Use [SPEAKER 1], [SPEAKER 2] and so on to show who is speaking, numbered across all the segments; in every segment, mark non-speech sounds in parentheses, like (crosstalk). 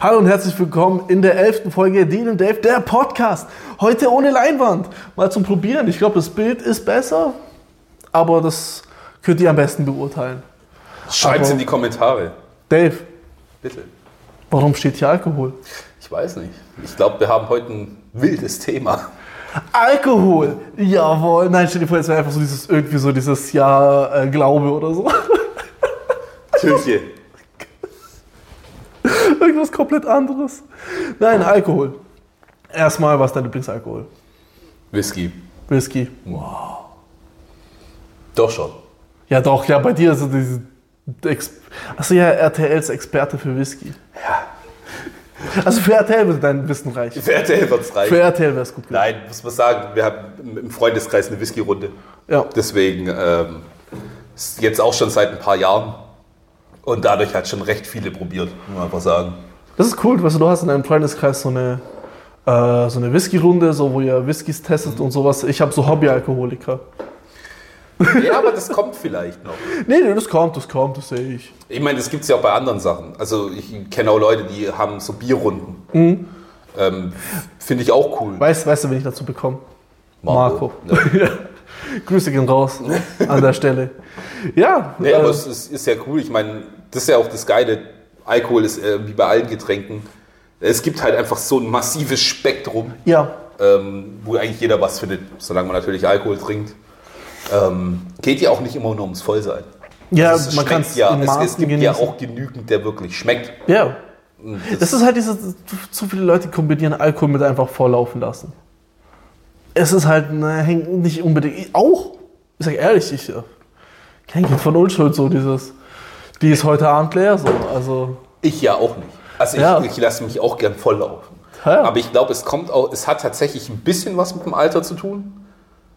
[SPEAKER 1] Hallo und herzlich willkommen in der elften Folge Dean und Dave, der Podcast. Heute ohne Leinwand. Mal zum Probieren. Ich glaube, das Bild ist besser, aber das könnt ihr am besten beurteilen.
[SPEAKER 2] Schreibt's
[SPEAKER 1] Aber-
[SPEAKER 2] in die Kommentare.
[SPEAKER 1] Dave,
[SPEAKER 2] Bitte.
[SPEAKER 1] warum steht hier Alkohol?
[SPEAKER 2] Ich weiß nicht. Ich glaube, wir haben heute ein wildes Thema.
[SPEAKER 1] Alkohol! Jawohl! Nein, stell dir vor, jetzt wäre einfach so dieses, irgendwie so dieses Ja, äh, Glaube oder so. (laughs)
[SPEAKER 2] Kirche.
[SPEAKER 1] Irgendwas komplett anderes. Nein, Alkohol. Erstmal, was ist dein Lieblingsalkohol?
[SPEAKER 2] Whisky.
[SPEAKER 1] Whisky.
[SPEAKER 2] Doch schon.
[SPEAKER 1] Ja, doch, ja, bei dir ist so diese. Ex Achso, ja, RTLs Experte für Whisky. Ja. Also für RTL wird dein Wissen reich.
[SPEAKER 2] Werte wird's
[SPEAKER 1] Für
[SPEAKER 2] rein.
[SPEAKER 1] RTL wäre es gut gewesen.
[SPEAKER 2] Nein, muss man sagen, wir haben im Freundeskreis eine Whisky-Runde.
[SPEAKER 1] Ja.
[SPEAKER 2] Deswegen ähm, ist jetzt auch schon seit ein paar Jahren. Und dadurch hat schon recht viele probiert, muss man einfach sagen.
[SPEAKER 1] Das ist cool, weißt du, du hast in deinem Freundeskreis so eine, äh, so eine Whisky-Runde, so, wo ihr Whiskys testet und sowas. Ich habe so Hobbyalkoholiker.
[SPEAKER 2] Ja, aber das kommt vielleicht noch.
[SPEAKER 1] Nee, nee, das kommt, das kommt, das sehe ich.
[SPEAKER 2] Ich meine, das gibt es ja auch bei anderen Sachen. Also ich kenne auch Leute, die haben so Bierrunden. Ähm, Finde ich auch cool.
[SPEAKER 1] Weißt, weißt du, wen ich dazu bekomme? Marco. (laughs)
[SPEAKER 2] Ja.
[SPEAKER 1] Grüße gehen raus an der Stelle. Ja,
[SPEAKER 2] Nee, aber
[SPEAKER 1] äh,
[SPEAKER 2] es ist, ist ja cool. Ich meine, das ist ja auch das Geile. Alkohol ist äh, wie bei allen Getränken. Es gibt halt einfach so ein massives Spektrum,
[SPEAKER 1] ja,
[SPEAKER 2] ähm, wo eigentlich jeder was findet, solange man natürlich Alkohol trinkt. Ähm, geht ja auch nicht immer nur ums Vollsein.
[SPEAKER 1] ja
[SPEAKER 2] Es
[SPEAKER 1] man
[SPEAKER 2] schmeckt
[SPEAKER 1] kann es
[SPEAKER 2] ja,
[SPEAKER 1] in
[SPEAKER 2] es,
[SPEAKER 1] Maßen
[SPEAKER 2] es gibt
[SPEAKER 1] genießen.
[SPEAKER 2] ja auch genügend, der wirklich schmeckt.
[SPEAKER 1] Ja,
[SPEAKER 2] Und
[SPEAKER 1] das ist halt diese, zu viele Leute kombinieren Alkohol mit einfach vorlaufen lassen. Es ist halt, ne, hängt nicht unbedingt, ich auch, ich sag ehrlich, ich äh, kein Kind von Unschuld, so dieses, die ist heute Abend leer, so, also,
[SPEAKER 2] Ich ja auch nicht. Also ich,
[SPEAKER 1] Ja.
[SPEAKER 2] ich lasse mich auch gern volllaufen.
[SPEAKER 1] Ja.
[SPEAKER 2] Aber ich glaube, es kommt auch, es hat tatsächlich ein bisschen was mit dem Alter zu tun.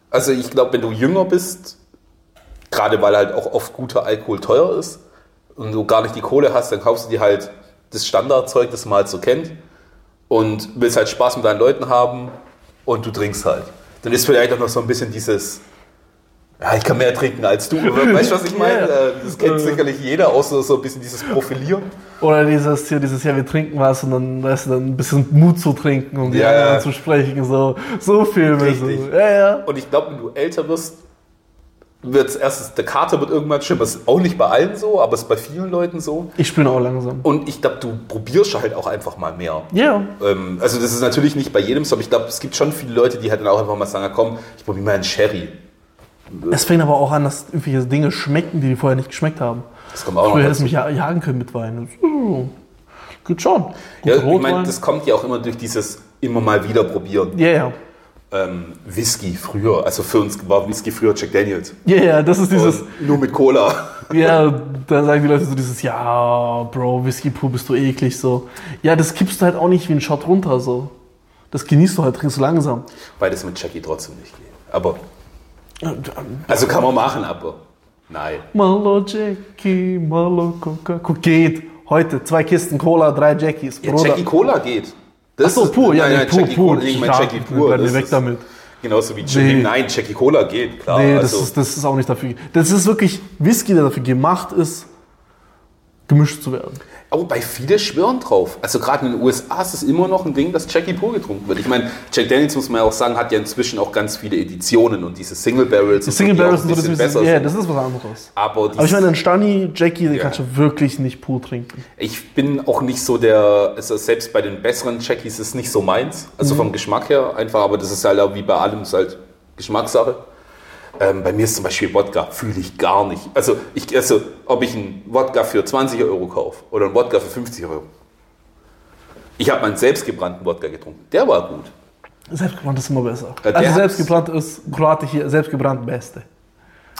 [SPEAKER 2] Also ich glaube, wenn du jünger bist, gerade weil halt auch oft guter Alkohol teuer ist und du gar nicht die Kohle hast, dann kaufst du dir halt das Standardzeug, das man halt so kennt und willst halt Spaß mit deinen Leuten haben und du trinkst halt. Dann ist vielleicht auch noch so ein bisschen dieses, ja, ich kann mehr trinken als
[SPEAKER 1] (laughs)
[SPEAKER 2] du. Weißt du, was ich meine?
[SPEAKER 1] Ja.
[SPEAKER 2] Äh, Das kennt
[SPEAKER 1] Äh.
[SPEAKER 2] sicherlich jeder, außer so ein bisschen dieses Profilieren.
[SPEAKER 1] oder dieses hier, dieses, ja, wir trinken was und dann, weißt du, dann ein bisschen Mut zu trinken, um die
[SPEAKER 2] Ja,
[SPEAKER 1] anderen
[SPEAKER 2] ja.
[SPEAKER 1] zu sprechen, so, so viel, so,
[SPEAKER 2] Richtig.
[SPEAKER 1] ja, ja.
[SPEAKER 2] Und ich glaube, wenn du älter wirst, wird erstens, der Kater wird irgendwann schlimmer. Das ist auch nicht bei allen so, aber es ist bei vielen Leuten so.
[SPEAKER 1] Ich bin auch langsam.
[SPEAKER 2] Und ich glaube, du probierst halt auch einfach mal mehr.
[SPEAKER 1] Ja,
[SPEAKER 2] Ähm, also das ist natürlich nicht bei jedem so, aber ich glaube, es gibt schon viele Leute, die halt dann auch einfach mal sagen, ja, komm, ich probiere mal einen Sherry.
[SPEAKER 1] es fängt aber auch an, dass irgendwelche Dinge schmecken, die, die vorher nicht geschmeckt haben.
[SPEAKER 2] Oh, Das kommt auch noch.
[SPEAKER 1] Früher hättest
[SPEAKER 2] dazu.
[SPEAKER 1] du mich ja jagen können mit Wein. So, Geht schon. Gut
[SPEAKER 2] Ja, ich meine, das kommt ja auch immer durch dieses immer mal wieder probieren.
[SPEAKER 1] ja, ja.
[SPEAKER 2] Ähm, Whisky früher, also für uns war Whisky früher Jack Daniels.
[SPEAKER 1] Ja, ja, das ist dieses.
[SPEAKER 2] Und nur mit Cola.
[SPEAKER 1] Ja, dann sagen die Leute so dieses, ja, Bro, Whisky pur bist du eklig so. Ja, das kippst du halt auch nicht wie einen Shot runter so. Das genießt du halt, trinkst du langsam.
[SPEAKER 2] Weil das mit Jackie trotzdem nicht geht. Aber, also kann man machen, aber nein.
[SPEAKER 1] Malo Jackie, Malo Coca. Guck, Geht. Heute zwei Kisten Cola, drei Jackies.
[SPEAKER 2] Ja,
[SPEAKER 1] Bruder.
[SPEAKER 2] Jackie Cola geht. Das
[SPEAKER 1] Ach so, pur, ja,
[SPEAKER 2] nein,
[SPEAKER 1] nee,
[SPEAKER 2] nein,
[SPEAKER 1] pur,
[SPEAKER 2] Jackie
[SPEAKER 1] pur.
[SPEAKER 2] Cola, ich meine
[SPEAKER 1] Ja,
[SPEAKER 2] Jackie pur.
[SPEAKER 1] dann
[SPEAKER 2] das
[SPEAKER 1] weg
[SPEAKER 2] ist-
[SPEAKER 1] damit.
[SPEAKER 2] Genauso wie Jackie,
[SPEAKER 1] Nee.
[SPEAKER 2] nein, Jackie Cola geht, klar.
[SPEAKER 1] Nee, das,
[SPEAKER 2] also,
[SPEAKER 1] ist, das ist auch nicht dafür. Das ist wirklich Whisky, der dafür gemacht ist, gemischt zu werden.
[SPEAKER 2] aber bei viele schwören drauf. Also gerade in den USA ist es immer noch ein Ding, dass Jackie pur getrunken wird. Ich meine, Jack Daniels, muss man ja auch sagen, hat ja inzwischen auch ganz viele Editionen und diese Single Barrels. und so,
[SPEAKER 1] Single
[SPEAKER 2] die auch
[SPEAKER 1] Barrels
[SPEAKER 2] ein
[SPEAKER 1] sind so das
[SPEAKER 2] bisschen
[SPEAKER 1] bisschen,
[SPEAKER 2] besser.
[SPEAKER 1] ja,
[SPEAKER 2] sind.
[SPEAKER 1] das ist was anderes.
[SPEAKER 2] aber,
[SPEAKER 1] Aber ich
[SPEAKER 2] dieses-
[SPEAKER 1] meine, ein Stani, Jackie, den
[SPEAKER 2] Ja.
[SPEAKER 1] kannst du wirklich nicht pur trinken.
[SPEAKER 2] Ich bin auch nicht so der, also selbst bei den besseren Jackies ist nicht so meins. Also
[SPEAKER 1] Mhm.
[SPEAKER 2] vom Geschmack her einfach, aber das ist halt auch wie bei allem, ist halt Geschmackssache. Ähm, bei mir ist zum Beispiel Wodka, fühle ich gar nicht. Also, ich, also ob ich einen Wodka für 20 Euro kaufe oder einen Wodka für 50 Euro. Ich habe meinen selbstgebrannten Wodka getrunken. Der war gut.
[SPEAKER 1] Selbstgebrannt ist immer besser.
[SPEAKER 2] Ja, der
[SPEAKER 1] also
[SPEAKER 2] hat's-
[SPEAKER 1] selbstgebrannt ist Kroate hier, selbstgebrannt Beste.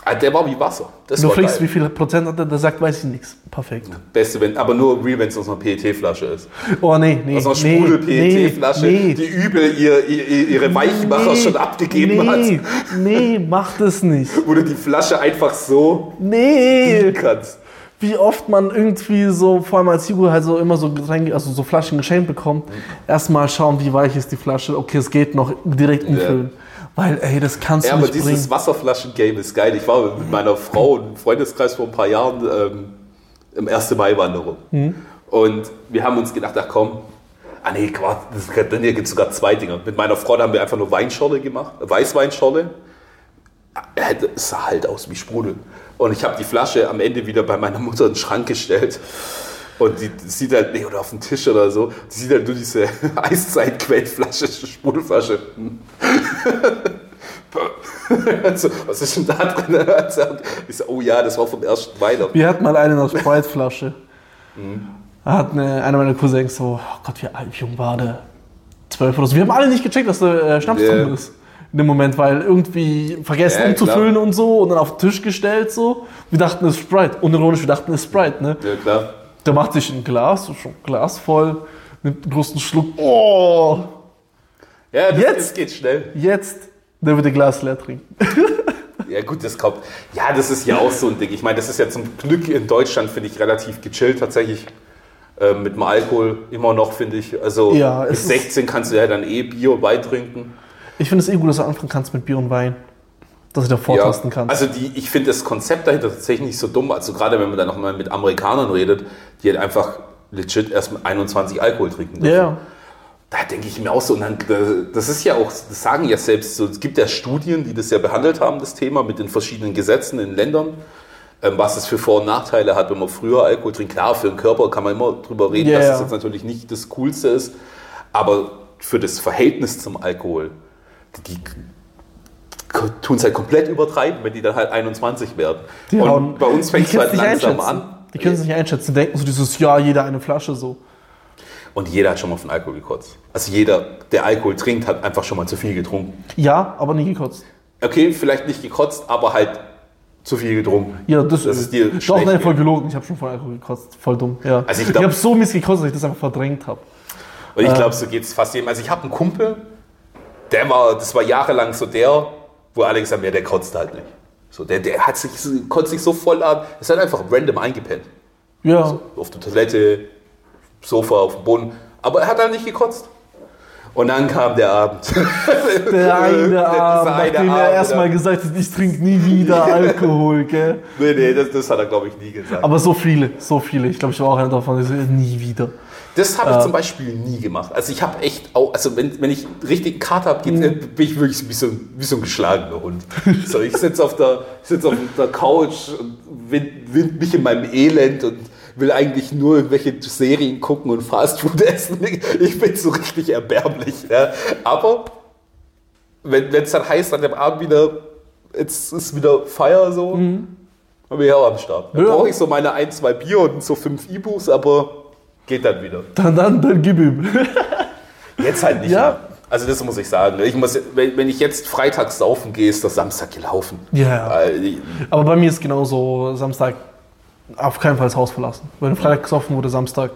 [SPEAKER 2] Ah, Der war wie Wasser. Das
[SPEAKER 1] Wenn du
[SPEAKER 2] war
[SPEAKER 1] fragst, wie
[SPEAKER 2] geil.
[SPEAKER 1] viel Prozent hat er, der sagt, weiß ich nichts. Perfekt.
[SPEAKER 2] Beste, wenn, aber nur real, wenn es aus einer PET-Flasche ist.
[SPEAKER 1] Oh nee, nee,
[SPEAKER 2] Aus einer
[SPEAKER 1] nee,
[SPEAKER 2] Sprudel-PET-Flasche,
[SPEAKER 1] nee,
[SPEAKER 2] die übel ihr, ihr, ihre Weichmacher
[SPEAKER 1] nee,
[SPEAKER 2] schon abgegeben
[SPEAKER 1] nee,
[SPEAKER 2] hat.
[SPEAKER 1] Nee, mach das nicht.
[SPEAKER 2] wo du die Flasche einfach so
[SPEAKER 1] Nee.
[SPEAKER 2] ziehen kannst.
[SPEAKER 1] wie oft man irgendwie so, vor allem als Jugo halt so immer so Getränke, also so Flaschen geschenkt bekommt, erstmal schauen, wie weich ist die Flasche, okay, es geht noch, direkt umfüllen. Weil, ey, das kannst
[SPEAKER 2] Ja,
[SPEAKER 1] du
[SPEAKER 2] aber
[SPEAKER 1] nicht
[SPEAKER 2] dieses
[SPEAKER 1] bringen.
[SPEAKER 2] Wasserflaschen-Game ist geil. Ich war mit meiner Frau im Freundeskreis vor ein paar Jahren ähm, im erste Mai-Wanderung. Und wir haben uns gedacht, ach komm, ah nee, Quatsch, das- hier gibt es sogar zwei Dinger. Mit meiner Freundin haben wir einfach nur Weinschorle gemacht, äh, Weißweinschorle. Äh, Es sah halt aus wie Sprudel. Und ich habe die Flasche am Ende wieder bei meiner Mutter in den Schrank gestellt. Und die sieht halt, nee, oder auf den Tisch oder so, die sieht halt nur diese (laughs) Eiszeitquellflasche, Sprudelflasche. Also, was ist denn da drin? (laughs) Ich so, oh ja, das war vom ersten Wein.
[SPEAKER 1] Wir hatten mal eine in der Sprite-Flasche.
[SPEAKER 2] Mhm.
[SPEAKER 1] Da hat eine, einer meiner Cousins so, oh Gott, wie alt, wie jung war der? Zwölf oder so. Wir haben alle nicht gecheckt, dass der äh, Schnaps
[SPEAKER 2] Ja.
[SPEAKER 1] drin ist. In dem Moment, weil irgendwie vergessen
[SPEAKER 2] Ja,
[SPEAKER 1] umzufüllen und so und dann auf den Tisch gestellt so. Wir dachten, es ist Sprite. Unironisch, wir dachten, es ist Sprite, ne?
[SPEAKER 2] Ja, klar.
[SPEAKER 1] Der macht sich ein Glas, so schon Glas voll, nimmt einen großen Schluck. Oh,
[SPEAKER 2] Ja, das,
[SPEAKER 1] Jetzt?
[SPEAKER 2] das geht schnell.
[SPEAKER 1] jetzt, der wird ein Glas leer trinken.
[SPEAKER 2] Ja, gut, das kommt. Ja, das ist ja auch so ein Ding. Ich meine, das ist ja zum Glück in Deutschland, finde ich, relativ gechillt tatsächlich. Ähm, mit dem Alkohol immer noch, finde ich. Also
[SPEAKER 1] Ja, es
[SPEAKER 2] bis
[SPEAKER 1] ist-
[SPEAKER 2] 16 kannst du ja dann eh Bier und Wein trinken.
[SPEAKER 1] Ich finde es eh gut, dass du anfangen kannst mit Bier und Wein. Dass du da
[SPEAKER 2] Ja.
[SPEAKER 1] vortasten kannst.
[SPEAKER 2] Also die, ich finde das Konzept dahinter tatsächlich nicht so dumm. Also gerade wenn man dann nochmal mit Amerikanern redet, die halt einfach legit erst mit 21 Alkohol trinken
[SPEAKER 1] ja,
[SPEAKER 2] dürfen.
[SPEAKER 1] ja.
[SPEAKER 2] Da denke ich mir auch so, und dann, das ist ja auch, das sagen ja selbst so, es gibt ja Studien, die das ja behandelt haben, das Thema mit den verschiedenen Gesetzen in Ländern, ähm, was es für Vor- und Nachteile hat, wenn man früher Alkohol trinkt. Klar, für den Körper kann man immer drüber reden,
[SPEAKER 1] Ja,
[SPEAKER 2] dass
[SPEAKER 1] ja.
[SPEAKER 2] es jetzt natürlich nicht das Coolste ist, aber für das Verhältnis zum Alkohol, die, die tun es halt komplett übertreiben, wenn die dann halt 21 werden.
[SPEAKER 1] Die
[SPEAKER 2] und
[SPEAKER 1] hauen-
[SPEAKER 2] bei uns fängt es
[SPEAKER 1] die
[SPEAKER 2] halt
[SPEAKER 1] können's nicht
[SPEAKER 2] langsam
[SPEAKER 1] einschätzen.
[SPEAKER 2] an.
[SPEAKER 1] Die können es nicht einschätzen. Die denken so dieses, ja, jeder eine Flasche so.
[SPEAKER 2] Und jeder hat schon mal von Alkohol gekotzt. Also jeder, der Alkohol trinkt, hat einfach schon mal zu viel getrunken.
[SPEAKER 1] Ja, aber nie gekotzt.
[SPEAKER 2] Okay, vielleicht nicht gekotzt, aber halt zu viel getrunken.
[SPEAKER 1] Ja, das,
[SPEAKER 2] Das ist dir
[SPEAKER 1] Doch,
[SPEAKER 2] schlecht
[SPEAKER 1] nein,
[SPEAKER 2] geht.
[SPEAKER 1] voll gelogen. Ich habe schon von Alkohol gekotzt. Voll dumm. Ja.
[SPEAKER 2] Also ich
[SPEAKER 1] ich
[SPEAKER 2] glaub-
[SPEAKER 1] habe so mies gekotzt, dass ich das einfach verdrängt habe.
[SPEAKER 2] Und
[SPEAKER 1] Ah.
[SPEAKER 2] ich glaube, so geht es fast jedem. Also ich habe einen Kumpel, der war, das war jahrelang so der, wo alle gesagt haben, ja, der kotzt halt nicht. So, der, der hat sich, so- kotzt sich so voll an, ist halt einfach random eingepennt.
[SPEAKER 1] Ja.
[SPEAKER 2] Auf der Toilette, Sofa, auf dem Boden. Aber er hat halt nicht gekotzt. Und dann kam der Abend. (laughs)
[SPEAKER 1] Der eine
[SPEAKER 2] Dieser
[SPEAKER 1] Abend,
[SPEAKER 2] eine
[SPEAKER 1] nachdem er
[SPEAKER 2] Abend,
[SPEAKER 1] erstmal
[SPEAKER 2] oder?
[SPEAKER 1] gesagt hat, ich trinke nie wieder Alkohol, gell?
[SPEAKER 2] Nee, nee, das, das hat er, glaube ich, nie gesagt.
[SPEAKER 1] Aber so viele, so viele. Ich glaube, ich war auch einer davon. Ich so, nie wieder.
[SPEAKER 2] Das habe ich zum Beispiel nie gemacht. Also ich habe echt auch, also wenn, wenn ich richtig Kater habe, geht's- äh, bin ich wirklich wie so, ein- wie so ein geschlagener Hund. So, ich sitze auf, der, sitz auf der Couch und wind, wind mich in meinem Elend und will eigentlich nur irgendwelche Serien gucken und Fastfood essen. (laughs) Ich bin so richtig erbärmlich. Ja. Aber wenn es dann heißt, an dem Abend wieder, jetzt ist wieder Feier so, dann bin ich auch am Start. Dann
[SPEAKER 1] Ja.
[SPEAKER 2] brauche ich so meine ein, zwei Bier und so fünf E-Books, aber geht dann wieder.
[SPEAKER 1] Dann, dann, dann gib ihm. (laughs)
[SPEAKER 2] Jetzt halt nicht.
[SPEAKER 1] Ja.
[SPEAKER 2] Mehr. Also das muss ich sagen. Ich muss, wenn, wenn ich jetzt freitags saufen gehe, ist das Samstag gelaufen.
[SPEAKER 1] Ja.
[SPEAKER 2] Weil ich-
[SPEAKER 1] Aber bei mir ist genauso Samstag auf keinen Fall das Haus verlassen. Wenn Freitag gesoffen wurde, Samstag.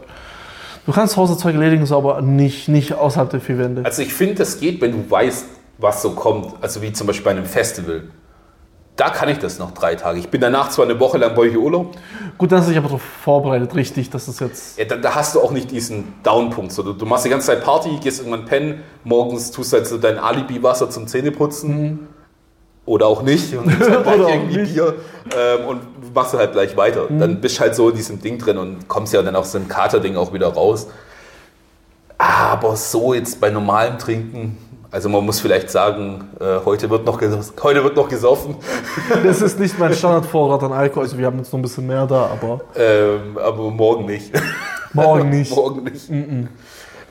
[SPEAKER 1] Du kannst zu Hause Zeug erledigen, so, aber nicht, nicht außerhalb der vier Wände.
[SPEAKER 2] Also ich finde, das geht, wenn du weißt, was so kommt. Also wie zum Beispiel bei einem Festival. Da kann ich das noch drei Tage. Ich bin danach zwar eine Woche lang bei euch Urlaub.
[SPEAKER 1] Gut, dann hast du dich aber darauf vorbereitet, richtig, dass das jetzt.
[SPEAKER 2] Ja, da, da hast du auch nicht diesen Downpunkt. So, du, du machst die ganze Zeit Party, gehst irgendwann pennen, morgens tust halt so dein Alibi-Wasser zum Zähneputzen. Oder auch nicht. Und
[SPEAKER 1] (laughs)
[SPEAKER 2] nimmst halt gleich
[SPEAKER 1] Mhm. Oder auch
[SPEAKER 2] irgendwie
[SPEAKER 1] nicht. Mhm.
[SPEAKER 2] Bier ähm, und machst halt gleich weiter. Dann bist halt so in diesem Ding drin und kommst ja dann aus dem Katerding auch wieder raus. Aber so jetzt bei normalem Trinken, also man muss vielleicht sagen, äh, heute, wird noch gesoffen, (laughs) heute wird noch gesoffen.
[SPEAKER 1] Das ist nicht mein Standardvorrat an Alkohol. Also, wir haben jetzt noch ein bisschen mehr da, aber
[SPEAKER 2] Ähm, aber morgen nicht.
[SPEAKER 1] morgen
[SPEAKER 2] (laughs)
[SPEAKER 1] nicht. Mm,
[SPEAKER 2] Morgen nicht.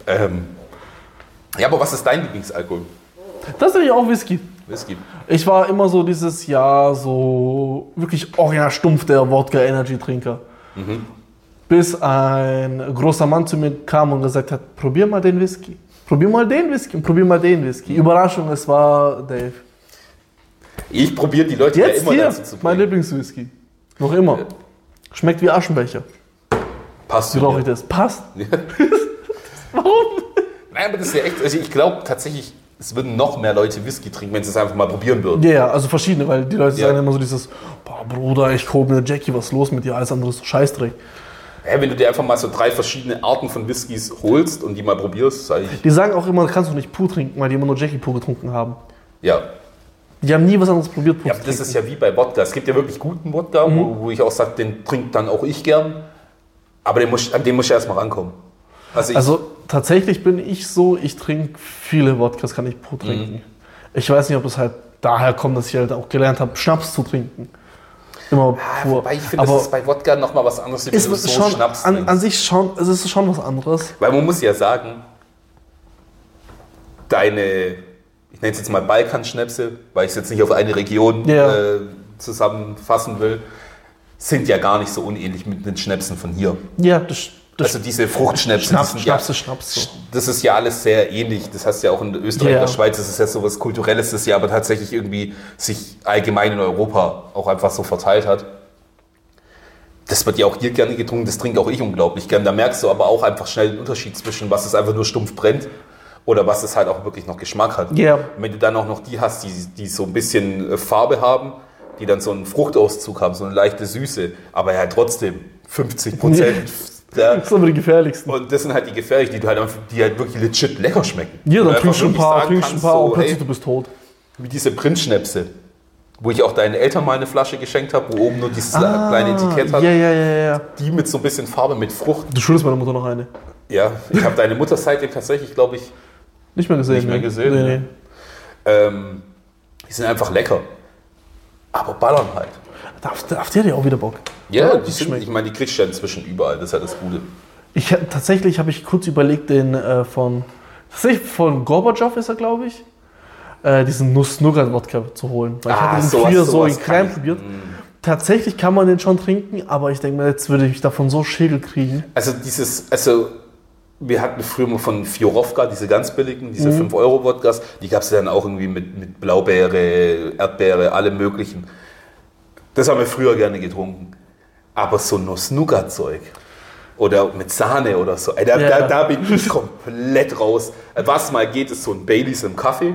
[SPEAKER 2] Ähm, ja, aber was ist dein Lieblingsalkohol?
[SPEAKER 1] Das ist ich auch Whisky.
[SPEAKER 2] Whisky.
[SPEAKER 1] Ich war immer so dieses Jahr so wirklich original stumpf der Wodka-Energy-Trinker.
[SPEAKER 2] Mhm.
[SPEAKER 1] Bis ein großer Mann zu mir kam und gesagt hat, probier mal den Whisky. Probier mal den Whisky und probier mal den
[SPEAKER 2] Mhm.
[SPEAKER 1] Whisky. Überraschung, es war Dave.
[SPEAKER 2] Ich probiere die Leute ja
[SPEAKER 1] Jetzt
[SPEAKER 2] immer
[SPEAKER 1] hier,
[SPEAKER 2] dazu zu
[SPEAKER 1] mein
[SPEAKER 2] bringen.
[SPEAKER 1] Lieblingswhisky. Noch immer. Schmeckt wie Aschenbecher.
[SPEAKER 2] Passt
[SPEAKER 1] Wie
[SPEAKER 2] zu
[SPEAKER 1] rauche
[SPEAKER 2] dir.
[SPEAKER 1] ich das? Passt.
[SPEAKER 2] Nein, aber das ist ja echt, also ich glaube tatsächlich, es würden noch mehr Leute Whisky trinken, wenn sie es einfach mal probieren würden.
[SPEAKER 1] Ja, ja, also verschiedene, weil die Leute
[SPEAKER 2] Ja.
[SPEAKER 1] sagen immer so dieses, boah, Bruder, ich hole mir Jackie, was ist los mit dir? Alles andere ist so Scheißdreck.
[SPEAKER 2] Hä, wenn du dir einfach mal so drei verschiedene Arten von Whiskys holst und die mal probierst, sag ich,
[SPEAKER 1] Die sagen auch immer, kannst du nicht pur trinken, weil die immer nur Jackie pur getrunken haben.
[SPEAKER 2] ja.
[SPEAKER 1] Die haben nie was anderes probiert. pur
[SPEAKER 2] ja
[SPEAKER 1] zu
[SPEAKER 2] aber das
[SPEAKER 1] trinken. Mhm.
[SPEAKER 2] ist ja wie bei Wodka. Es gibt ja wirklich guten Wodka, wo, wo ich auch sage, den trinkt dann auch ich gern. Aber den musst, an den musst du erstmal rankommen. Also, ich,
[SPEAKER 1] Also tatsächlich bin ich so, ich trinke viele Wodkas, kann ich pro
[SPEAKER 2] Mhm.
[SPEAKER 1] trinken. Ich weiß nicht, ob es halt daher kommt, dass ich halt auch gelernt habe, Schnaps zu trinken. Immer
[SPEAKER 2] ah,
[SPEAKER 1] pur.
[SPEAKER 2] wobei ich finde, das ist bei Wodka nochmal was anderes, wie wenn du
[SPEAKER 1] ist
[SPEAKER 2] so
[SPEAKER 1] schon,
[SPEAKER 2] Schnaps
[SPEAKER 1] an,
[SPEAKER 2] trinkst.
[SPEAKER 1] an sich schon, es ist schon was anderes.
[SPEAKER 2] Weil man muss ja sagen, deine, ich nenne es jetzt mal Balkanschnäpse, weil ich es jetzt nicht auf eine Region
[SPEAKER 1] Ja.
[SPEAKER 2] äh, zusammenfassen will, sind ja gar nicht so unähnlich mit den Schnäpsen von hier.
[SPEAKER 1] Ja, das, das
[SPEAKER 2] Also diese Fruchtschnäpse.
[SPEAKER 1] Schnaps,
[SPEAKER 2] die sind
[SPEAKER 1] Schnaps
[SPEAKER 2] ja,
[SPEAKER 1] ist Schnaps. So.
[SPEAKER 2] das ist ja alles sehr ähnlich. Das hast du ja auch in Österreich
[SPEAKER 1] Ja.
[SPEAKER 2] und der Schweiz. Das ist ja sowas Kulturelles, das ja aber tatsächlich irgendwie sich allgemein in Europa auch einfach so verteilt hat. Das wird ja auch hier gerne getrunken, das trinke auch ich unglaublich gern. Da merkst du aber auch einfach schnell den Unterschied zwischen, was es einfach nur stumpf brennt oder was es halt auch wirklich noch Geschmack hat.
[SPEAKER 1] Ja.
[SPEAKER 2] Und Wenn du dann auch noch die hast, die, die so ein bisschen äh, Farbe haben, die dann so einen Fruchtauszug haben, so eine leichte Süße, aber ja trotzdem 50
[SPEAKER 1] (laughs)
[SPEAKER 2] Prozent.
[SPEAKER 1] (laughs) Das sind aber die gefährlichsten.
[SPEAKER 2] Und das sind halt die gefährlichen, die, du halt, einfach- die halt wirklich legit lecker schmecken.
[SPEAKER 1] Ja,
[SPEAKER 2] Wo
[SPEAKER 1] dann
[SPEAKER 2] einfach
[SPEAKER 1] trinkst du ein
[SPEAKER 2] wirklich
[SPEAKER 1] paar,
[SPEAKER 2] sagen
[SPEAKER 1] trinkst ein
[SPEAKER 2] kannst,
[SPEAKER 1] paar und
[SPEAKER 2] so,
[SPEAKER 1] plötzlich
[SPEAKER 2] ey,
[SPEAKER 1] du bist tot.
[SPEAKER 2] Wie diese Prinzschnäpse, wo ich auch deinen Eltern mal eine Flasche geschenkt habe, wo oben nur dieses kleine Etikett
[SPEAKER 1] Ah,
[SPEAKER 2] hat.
[SPEAKER 1] Ja, ja, ja, ja.
[SPEAKER 2] Die mit so ein bisschen Farbe, mit Frucht.
[SPEAKER 1] Du schuldest meiner Mutter noch eine.
[SPEAKER 2] Ja, ich habe deine Mutter seitdem tatsächlich, glaube ich,
[SPEAKER 1] Nicht mehr gesehen.
[SPEAKER 2] Nicht mehr
[SPEAKER 1] ne?
[SPEAKER 2] gesehen,
[SPEAKER 1] Nee,
[SPEAKER 2] ja.
[SPEAKER 1] nee.
[SPEAKER 2] ähm, die sind einfach lecker. Aber ballern halt.
[SPEAKER 1] Auf, auf die hat ja auch wieder Bock.
[SPEAKER 2] Ja, die
[SPEAKER 1] das
[SPEAKER 2] sind,
[SPEAKER 1] schmeckt.
[SPEAKER 2] ich meine, die kriegst du ja inzwischen überall, das ist halt das Gute.
[SPEAKER 1] Ich, hab- tatsächlich habe ich kurz überlegt, den äh, von, tatsächlich von Gorbatschow ist er, glaube ich, äh, diesen Nuss-Nougat-Wodka zu holen. Weil ich
[SPEAKER 2] Ah,
[SPEAKER 1] hatte den
[SPEAKER 2] sowas-
[SPEAKER 1] früher so in
[SPEAKER 2] sowas kann
[SPEAKER 1] klein
[SPEAKER 2] ich- Mhm.
[SPEAKER 1] probiert. Tatsächlich kann man den schon trinken, aber ich denke mal, jetzt würde ich davon so Schädel kriegen.
[SPEAKER 2] Also dieses, also wir hatten früher mal von Fjorowka, diese ganz billigen,
[SPEAKER 1] Mhm.
[SPEAKER 2] diese 5-Euro-Wodkas, die gab es ja dann auch irgendwie mit, mit Blaubeere, Erdbeere, alle möglichen. Das haben wir früher gerne getrunken. Aber so Nuss-Nougat-Zeug oder mit Sahne oder so, ey, da,
[SPEAKER 1] Ja.
[SPEAKER 2] da, da bin ich komplett raus. Was mal geht, ist so ein Baileys im Kaffee,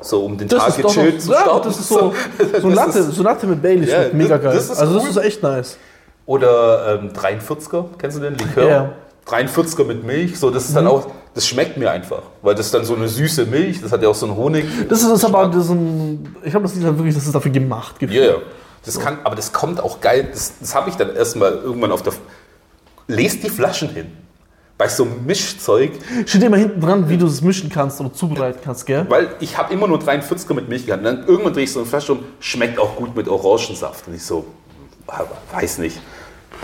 [SPEAKER 2] so um den Tag
[SPEAKER 1] doch noch,
[SPEAKER 2] gechillt zu
[SPEAKER 1] ja,
[SPEAKER 2] starten.
[SPEAKER 1] das
[SPEAKER 2] (laughs)
[SPEAKER 1] ist so, so ein
[SPEAKER 2] Das
[SPEAKER 1] Latte,
[SPEAKER 2] ist-
[SPEAKER 1] so Latte mit Bailey
[SPEAKER 2] Ja,
[SPEAKER 1] schmeckt mega
[SPEAKER 2] das-
[SPEAKER 1] geil.
[SPEAKER 2] das ist
[SPEAKER 1] also das
[SPEAKER 2] cool.
[SPEAKER 1] ist echt nice.
[SPEAKER 2] Oder ähm, 43er, kennst du den Likör?
[SPEAKER 1] Ja. Mhm.
[SPEAKER 2] 43er mit Milch, so das ist dann auch, das schmeckt mir einfach, weil das ist dann so eine süße Milch, das hat ja auch so einen Honig.
[SPEAKER 1] Das ist, das ist aber das ist ein, ich glaube, das ist halt wirklich, das ist dafür gemacht.
[SPEAKER 2] Ja, ja. Das kann, aber das kommt auch geil, das, das habe ich dann erstmal irgendwann auf der. Lest die Flaschen hin. Bei so einem Mischzeug,
[SPEAKER 1] Steht immer hinten dran, wie du es mischen kannst oder zubereiten kannst, gell?
[SPEAKER 2] weil ich habe immer nur 43er mit Milch gehabt. Und dann irgendwann drehe ich so eine Flasche um, schmeckt auch gut mit Orangensaft. Und ich so, aber weiß nicht.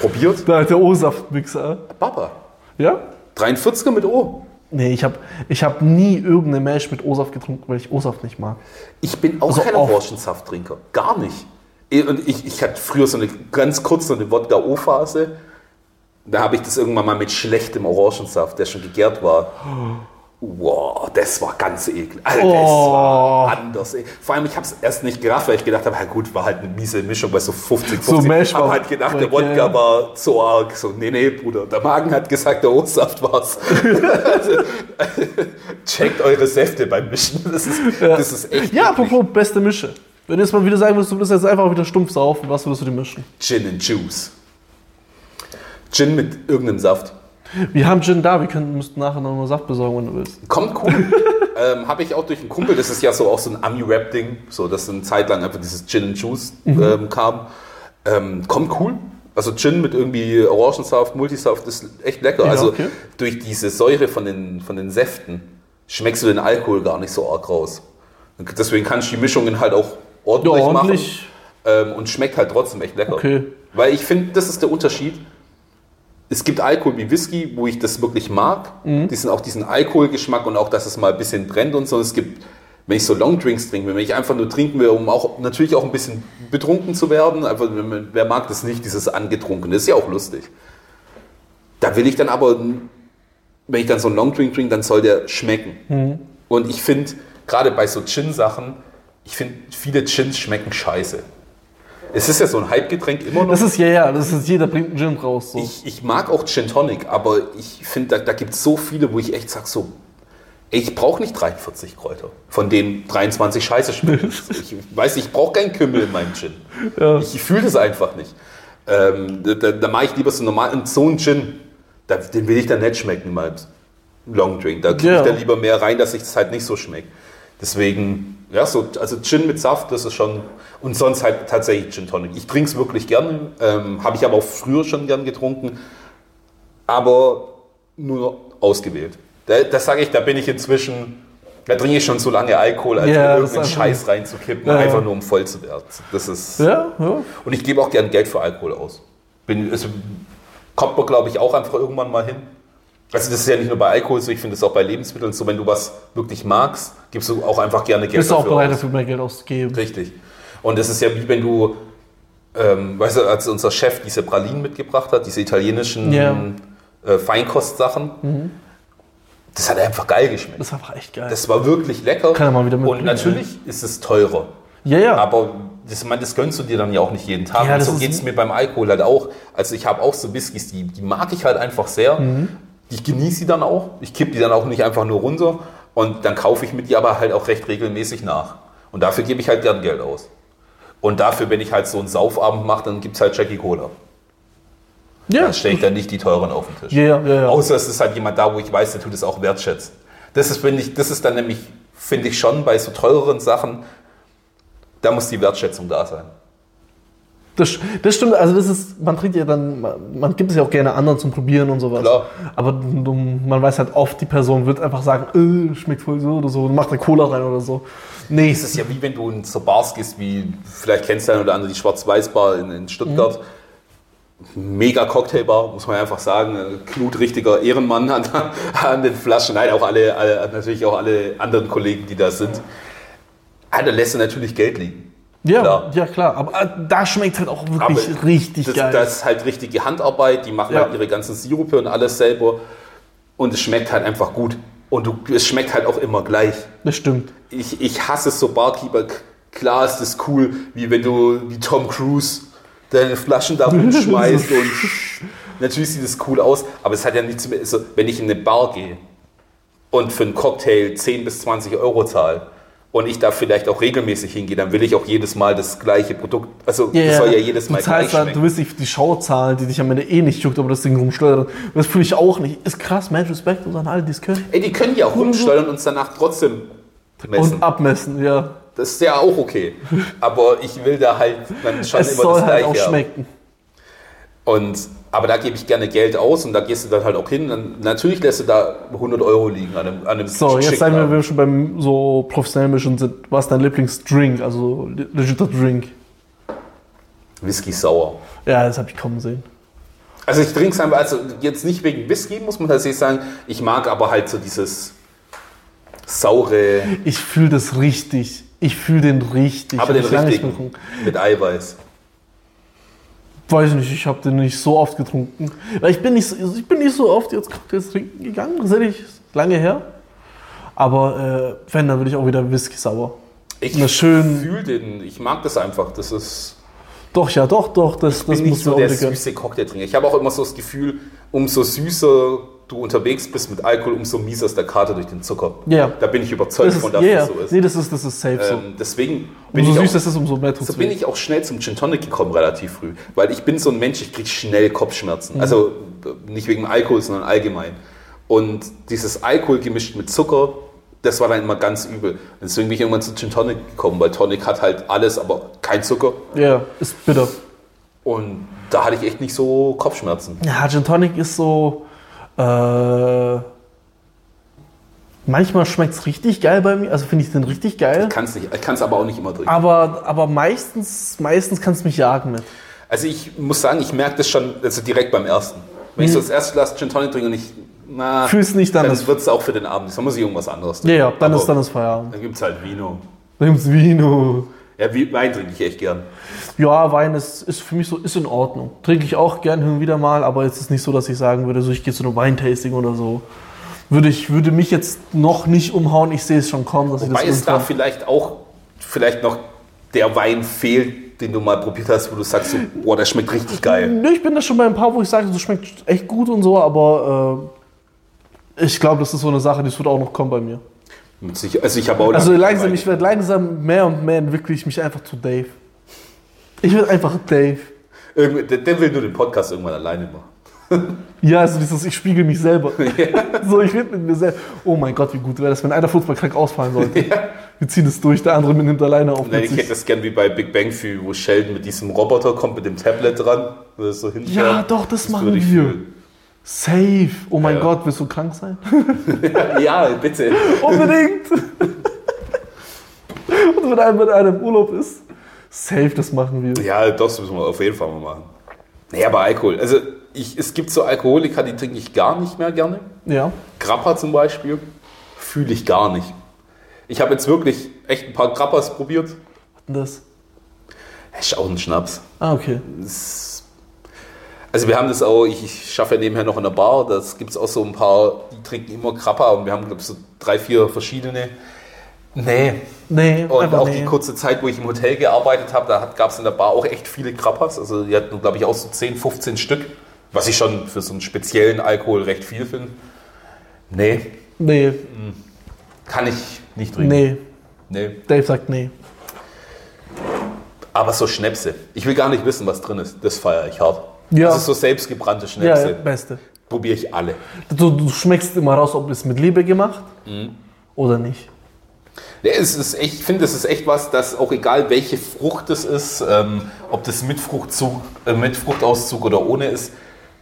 [SPEAKER 2] Probiert?
[SPEAKER 1] Da hat der O-Saft-Mixer.
[SPEAKER 2] Baba.
[SPEAKER 1] Ja?
[SPEAKER 2] 43er mit O.
[SPEAKER 1] Nee, ich habe ich hab nie irgendeine Mesh mit O-Saft getrunken, weil ich O-Saft nicht mag.
[SPEAKER 2] Ich bin auch
[SPEAKER 1] Also
[SPEAKER 2] kein
[SPEAKER 1] oft.
[SPEAKER 2] Orangensafttrinker. Gar nicht. Ich- Und ich, ich hatte früher so eine ganz kurz so eine Wodka-O-Phase. Da habe ich das irgendwann mal mit schlechtem Orangensaft, der schon gegärt war. Wow, das war ganz eklig. Alter, das
[SPEAKER 1] Oh.
[SPEAKER 2] war anders. ey. Vor allem, ich habe es erst nicht gerafft, weil ich gedacht habe, ja gut, war halt eine miese Mischung, weil so 50, 50.
[SPEAKER 1] So Mesh
[SPEAKER 2] habe
[SPEAKER 1] war-
[SPEAKER 2] halt gedacht, der
[SPEAKER 1] war
[SPEAKER 2] Wodka
[SPEAKER 1] geil.
[SPEAKER 2] war zu arg. So, nee, nee, Bruder. Der Magen hat gesagt, der O-Saft war's. Checkt eure Säfte beim Mischen. Das ist, das ist echt
[SPEAKER 1] Ja,
[SPEAKER 2] eklig.
[SPEAKER 1] apropos beste Mische. Wenn du jetzt mal wieder sagen würdest, du würdest jetzt einfach wieder stumpf saufen, was würdest du dir mischen?
[SPEAKER 2] Gin and Juice. Gin mit irgendeinem Saft.
[SPEAKER 1] Wir haben Gin da, wir können, müssten nachher noch mal Saft besorgen, wenn du willst.
[SPEAKER 2] Kommt cool.
[SPEAKER 1] (laughs)
[SPEAKER 2] ähm, Habe ich auch durch einen Kumpel, das ist ja so auch so ein Ami-Rap-Ding, so dass eine Zeit lang einfach dieses Gin and Juice
[SPEAKER 1] Mhm.
[SPEAKER 2] ähm, kam. Ähm, kommt cool. Also Gin mit irgendwie Orangensaft, Multisaft ist echt lecker.
[SPEAKER 1] Ja,
[SPEAKER 2] also
[SPEAKER 1] okay.
[SPEAKER 2] durch diese Säure von den, von den Säften schmeckst du den Alkohol gar nicht so arg raus. Deswegen kannst du die Mischungen halt auch
[SPEAKER 1] Ja,
[SPEAKER 2] ordentlich, machen.
[SPEAKER 1] ordentlich.
[SPEAKER 2] ähm, und schmeckt halt trotzdem echt lecker.
[SPEAKER 1] Okay.
[SPEAKER 2] Weil ich finde, das ist der Unterschied. Es gibt Alkohol wie Whisky, wo ich das wirklich mag. Diesen, auch diesen Alkoholgeschmack und auch, dass es mal ein bisschen brennt und so. Es gibt, wenn ich so Longdrinks trinke, wenn ich einfach nur trinken will, um auch natürlich auch ein bisschen betrunken zu werden. Einfach, wer mag das nicht, dieses Angetrunkene? Ist ja auch lustig. Da will ich dann aber, wenn ich dann so einen Longdrink trinke, dann soll der schmecken.
[SPEAKER 1] Mhm.
[SPEAKER 2] Und ich finde, gerade bei so Gin-Sachen, ich finde, viele Gins schmecken scheiße. Es ist ja so ein Hype-Getränk immer noch.
[SPEAKER 1] Das ist ja, ja, das ist jeder bringt einen Gin raus. So.
[SPEAKER 2] Ich, ich mag auch Gin Tonic, aber ich finde, da, da gibt es so viele, wo ich echt sage, so, ey, ich brauche nicht 43 Kräuter, von denen 23
[SPEAKER 1] (laughs)
[SPEAKER 2] scheiße schmecken. So, ich weiß, ich brauche keinen Kümmel in meinem Gin. Ich, ich fühle das einfach nicht. Ähm, da da, da mache ich lieber so normal und so einen Gin, da, den will ich dann nicht schmecken in meinem Long Drink. Da kriege
[SPEAKER 1] Ja.
[SPEAKER 2] ich dann lieber mehr rein, dass ich das halt nicht so schmeckt. Deswegen, ja, so, also Gin mit Saft, das ist schon, und sonst halt tatsächlich Gin Tonic. Ich trinke es wirklich gerne, ähm, habe ich aber auch früher schon gern getrunken. aber nur ausgewählt. Da, das sage ich, da bin ich inzwischen, da trinke ich schon so lange Alkohol, als
[SPEAKER 1] Ja,
[SPEAKER 2] mir
[SPEAKER 1] das
[SPEAKER 2] irgendeinen
[SPEAKER 1] ist einfach-
[SPEAKER 2] Scheiß reinzukippen,
[SPEAKER 1] Ja, ja.
[SPEAKER 2] einfach nur um voll zu werden. Das ist,
[SPEAKER 1] Ja, ja.
[SPEAKER 2] Und ich gebe auch gern Geld für Alkohol aus. Bin, es kommt man, glaube ich, auch einfach irgendwann mal hin. Also das ist ja nicht nur bei Alkohol so, ich finde es auch bei Lebensmitteln so, wenn du was wirklich magst, gibst du auch einfach gerne Geld
[SPEAKER 1] Bist du auch bereit,
[SPEAKER 2] aus.
[SPEAKER 1] dafür mehr Geld auszugeben?
[SPEAKER 2] Richtig. Und es ist ja wie wenn du, ähm, weißt du, als unser Chef diese Pralinen mitgebracht hat, diese italienischen
[SPEAKER 1] Ja. Mhm.
[SPEAKER 2] äh, Feinkostsachen, das hat einfach geil geschmeckt.
[SPEAKER 1] Das ist einfach echt geil.
[SPEAKER 2] Das war wirklich lecker.
[SPEAKER 1] Kann er mal wieder
[SPEAKER 2] Und
[SPEAKER 1] mitbringen,
[SPEAKER 2] natürlich ist es teurer.
[SPEAKER 1] ja, ja.
[SPEAKER 2] Aber das, ich meine, das gönnst du dir dann ja auch nicht jeden Tag.
[SPEAKER 1] Ja,
[SPEAKER 2] und
[SPEAKER 1] das
[SPEAKER 2] so
[SPEAKER 1] ist-
[SPEAKER 2] geht es mir beim Alkohol halt auch. Also ich habe auch so Whiskys, die, die mag ich halt einfach sehr.
[SPEAKER 1] Mhm.
[SPEAKER 2] Ich genieße die dann auch. Ich kipp die dann auch nicht einfach nur runter. Und dann kaufe ich mit die aber halt auch recht regelmäßig nach. Und dafür gebe ich halt gern Geld aus. Und dafür, wenn ich halt so einen Saufabend mache, dann gibt es halt Jackie Cola.
[SPEAKER 1] ja.
[SPEAKER 2] Dann stelle ich dann nicht die teuren auf den Tisch.
[SPEAKER 1] Ja, ja, ja.
[SPEAKER 2] Außer es ist halt jemand da, wo ich weiß, der tut es auch wertschätzt. Das ist, finde ich, das ist dann nämlich, finde ich schon, bei so teureren Sachen, da muss die Wertschätzung da sein.
[SPEAKER 1] Das, das stimmt, also das ist, man trinkt ja dann, man, man gibt es ja auch gerne anderen zum Probieren und sowas.
[SPEAKER 2] Klar.
[SPEAKER 1] Aber du- man weiß halt oft, die Person wird einfach sagen, äh, schmeckt voll so oder so und macht eine Cola rein oder so. Nee,
[SPEAKER 2] Es ist ja wie wenn du in so Bars gehst, wie vielleicht kennst du einen oder andere die Schwarz-Weiß-Bar in, in Stuttgart. Mega Cocktailbar, muss man einfach sagen. Knut, richtiger Ehrenmann an, an den Flaschen. Nein, auch alle, alle, natürlich auch alle anderen Kollegen, die da sind. Ah, da lässt du natürlich Geld liegen.
[SPEAKER 1] ja,
[SPEAKER 2] klar.
[SPEAKER 1] ja klar, aber äh, da schmeckt halt auch wirklich
[SPEAKER 2] Aber
[SPEAKER 1] richtig
[SPEAKER 2] das,
[SPEAKER 1] geil.
[SPEAKER 2] Das ist halt richtige Handarbeit, die machen
[SPEAKER 1] Ja.
[SPEAKER 2] halt ihre ganzen Sirupe und alles selber. Und es schmeckt halt einfach gut. Und du, es schmeckt halt auch immer gleich.
[SPEAKER 1] das stimmt.
[SPEAKER 2] Ich, ich hasse es so Barkeeper. K- Klar ist es cool, wie wenn du wie Tom Cruise deine Flaschen da
[SPEAKER 1] (laughs)
[SPEAKER 2] rumschmeißt und natürlich sieht es cool aus, aber es hat ja nichts mehr. Also, wenn ich in eine Bar gehe und für einen Cocktail 10 bis 20 Euro zahle und ich da vielleicht auch regelmäßig hingehe, dann will ich auch jedes Mal das gleiche Produkt. Also
[SPEAKER 1] Ja,
[SPEAKER 2] das soll ja jedes
[SPEAKER 1] du
[SPEAKER 2] Mal gleich
[SPEAKER 1] zahlst halt, Du
[SPEAKER 2] schmecken.
[SPEAKER 1] willst nicht die Schauzahlen, die dich am Ende eh nicht juckt, aber das Ding rumschleudert. Und Das fühle ich auch nicht. Ist krass, man, Respekt und an alle, die es können.
[SPEAKER 2] Ey, die können ja auch rumsteuern und uns danach trotzdem messen.
[SPEAKER 1] Und abmessen, ja.
[SPEAKER 2] Das ist ja auch okay. Aber ich will da halt dann schon
[SPEAKER 1] Es
[SPEAKER 2] immer
[SPEAKER 1] soll
[SPEAKER 2] das
[SPEAKER 1] halt
[SPEAKER 2] gleiche
[SPEAKER 1] auch
[SPEAKER 2] haben.
[SPEAKER 1] schmecken.
[SPEAKER 2] Und, aber da gebe ich gerne Geld aus und da gehst du dann halt auch hin. Dann, natürlich lässt du da 100 Euro liegen an einem, an einem
[SPEAKER 1] So, jetzt
[SPEAKER 2] schicken
[SPEAKER 1] seien wir, wenn
[SPEAKER 2] Abend.
[SPEAKER 1] wir schon beim so professionellen Mischen sind. Was ist dein Lieblingsdrink? Also le- legitter Drink.
[SPEAKER 2] Whisky sauer.
[SPEAKER 1] Ja, das habe ich kommen sehen.
[SPEAKER 2] Also ich trinke es einfach, also jetzt nicht wegen Whisky, muss man tatsächlich sagen. Ich mag aber halt so dieses saure
[SPEAKER 1] Ich fühle das richtig. Ich fühle den richtig.
[SPEAKER 2] aber
[SPEAKER 1] Hab
[SPEAKER 2] den
[SPEAKER 1] ich lange nicht
[SPEAKER 2] richtigen
[SPEAKER 1] getrunken.
[SPEAKER 2] mit Eiweiß.
[SPEAKER 1] Weiß nicht, ich habe den nicht so oft getrunken. Weil ich bin nicht so, ich bin nicht so oft jetzt Cocktails trinken gegangen. Das hätte ich ist lange her. Aber äh, wenn, dann würde ich auch wieder Whisky sauer.
[SPEAKER 2] Ich
[SPEAKER 1] Na schön.
[SPEAKER 2] fühle den, ich mag das einfach. Das ist
[SPEAKER 1] Doch, ja, doch, doch. Das, das
[SPEAKER 2] bin nicht
[SPEAKER 1] muss
[SPEAKER 2] so
[SPEAKER 1] man
[SPEAKER 2] der
[SPEAKER 1] unbedingt gönnen.
[SPEAKER 2] süße Cocktailtrinker. Ich habe auch immer so das Gefühl, umso süßer du unterwegs bist mit Alkohol, umso mieser ist der Kater durch den Zucker.
[SPEAKER 1] Ja.
[SPEAKER 2] Da bin ich überzeugt
[SPEAKER 1] Das ist,
[SPEAKER 2] von,
[SPEAKER 1] ja,
[SPEAKER 2] dass
[SPEAKER 1] ja.
[SPEAKER 2] das so ist.
[SPEAKER 1] Nee, das ist, das ist safe so.
[SPEAKER 2] Ähm, deswegen bin
[SPEAKER 1] Umso
[SPEAKER 2] ich,
[SPEAKER 1] süßer
[SPEAKER 2] auch,
[SPEAKER 1] es ist, umso mehr tut
[SPEAKER 2] so bin ich auch schnell zum Gin Tonic gekommen, relativ früh. Weil ich bin so ein Mensch, ich kriege schnell Kopfschmerzen. Also äh, nicht wegen Alkohol, sondern allgemein. Und dieses Alkohol gemischt mit Zucker, das war dann immer ganz übel. Deswegen bin ich irgendwann zu Gin Tonic gekommen, weil Tonic hat halt alles, aber kein Zucker.
[SPEAKER 1] Ja, ist bitter.
[SPEAKER 2] Und da hatte ich echt nicht so Kopfschmerzen.
[SPEAKER 1] Ja, Gin Tonic ist so. Äh, manchmal schmeckt es richtig geil bei mir, also finde ich den richtig geil.
[SPEAKER 2] Kann's nicht, ich kann es aber auch nicht immer trinken.
[SPEAKER 1] Aber, aber meistens, meistens kann es mich jagen mit.
[SPEAKER 2] Also ich muss sagen, ich merke das schon also direkt beim ersten. Wenn ich so das erste Glas Gin Tonic trinke und ich, na,
[SPEAKER 1] Fühlst Mhm. nicht dann das-
[SPEAKER 2] dann wird es auch für den Abend. Dann muss ich irgendwas anderes
[SPEAKER 1] Ja, ja, dann
[SPEAKER 2] Aber
[SPEAKER 1] ist dann das Feierabend.
[SPEAKER 2] Dann gibt es halt Vino.
[SPEAKER 1] Dann gibt's Vino.
[SPEAKER 2] Ja, wie- Wein trinke ich echt gern.
[SPEAKER 1] Ja, Wein ist, ist für mich so, ist in Ordnung. Trinke ich auch gern hin und wieder mal, aber es ist nicht so, dass ich sagen würde, so ich gehe zu einem Weintasting oder so. Würde ich würde mich jetzt noch nicht umhauen, ich sehe es schon kommen, dass
[SPEAKER 2] Wobei
[SPEAKER 1] ich das
[SPEAKER 2] es da
[SPEAKER 1] irgendwann-
[SPEAKER 2] vielleicht auch vielleicht noch der Wein fehlt, den du mal probiert hast, wo du sagst, so, boah, der schmeckt richtig geil.
[SPEAKER 1] Nö, ich bin da schon bei ein paar, wo ich sage, das schmeckt echt gut und so, aber äh, ich glaube, das ist so eine Sache, die es wird auch noch kommen bei mir.
[SPEAKER 2] Mit Sicher- Also ich habe auch
[SPEAKER 1] Also
[SPEAKER 2] lange keinen
[SPEAKER 1] langsam,
[SPEAKER 2] Wein
[SPEAKER 1] ich werde langsam mehr und mehr entwickle ich mich einfach zu Dave. Ich werde einfach Dave.
[SPEAKER 2] Irgendwie- der, der will nur den Podcast irgendwann alleine machen.
[SPEAKER 1] Ja, also dieses, ich spiegel mich
[SPEAKER 2] (laughs)
[SPEAKER 1] selber. so, ich rede mit mir selbst. Oh mein Gott, wie gut wäre das, wenn einer fußballkrank ausfallen sollte. Wir ziehen es durch, der andere nimmt alleine auf.
[SPEAKER 2] Nein, ich
[SPEAKER 1] mit sich.
[SPEAKER 2] hätte das gern wie bei Big Bang Theory, wo Sheldon mit diesem Roboter kommt, mit dem Tablet dran, wo er so hinfährt.
[SPEAKER 1] Ja, doch, das machen
[SPEAKER 2] würde ich
[SPEAKER 1] wir.
[SPEAKER 2] fühlen.
[SPEAKER 1] Safe. Oh mein
[SPEAKER 2] Ja.
[SPEAKER 1] Gott, willst du krank sein? (laughs)
[SPEAKER 2] ja, bitte.
[SPEAKER 1] Unbedingt. (laughs) Und wenn einer mit einem im Urlaub ist, safe, das machen wir.
[SPEAKER 2] Ja, das müssen wir auf jeden Fall mal machen. Naja, bei Alkohol. Also ich, es gibt so Alkoholiker, die trinke ich gar nicht mehr gerne.
[SPEAKER 1] Ja.
[SPEAKER 2] Grappa zum Beispiel fühle ich gar nicht. Ich habe jetzt wirklich echt ein paar Grappas probiert.
[SPEAKER 1] Das.
[SPEAKER 2] Ist auch ein Schnaps.
[SPEAKER 1] Ah, okay.
[SPEAKER 2] Das- Also wir haben das auch, ich, ich schaffe ja nebenher noch in der Bar, das gibt es auch so ein paar, die trinken immer Grappa und wir haben, glaube ich, so drei, vier verschiedene. Nee.
[SPEAKER 1] Nee,
[SPEAKER 2] Und
[SPEAKER 1] einfach
[SPEAKER 2] auch
[SPEAKER 1] nee.
[SPEAKER 2] die kurze Zeit, wo ich im Hotel gearbeitet habe, da gab es in der Bar auch echt viele Grappas. Also die hatten, glaube ich, auch so 10, 15 Stück, was ich schon für so einen speziellen Alkohol recht viel finde. Nee,
[SPEAKER 1] Nee,
[SPEAKER 2] kann ich nicht trinken.
[SPEAKER 1] nee.
[SPEAKER 2] Nee.
[SPEAKER 1] Dave sagt nee.
[SPEAKER 2] Aber so Schnäpse. Ich will gar nicht wissen, was drin ist. Das feiere ich hart.
[SPEAKER 1] Ja.
[SPEAKER 2] Das ist so selbstgebrannte
[SPEAKER 1] Ja,
[SPEAKER 2] Schnäpse.
[SPEAKER 1] ja, beste.
[SPEAKER 2] Probiere ich alle.
[SPEAKER 1] Du, du schmeckst immer raus, ob es mit Liebe gemacht
[SPEAKER 2] Mhm.
[SPEAKER 1] oder nicht.
[SPEAKER 2] Nee, es ist echt, ich finde, es ist echt was, dass auch egal welche Frucht es ist, ähm, ob das mit, Fruchtzug, äh, mit Fruchtauszug oder ohne ist,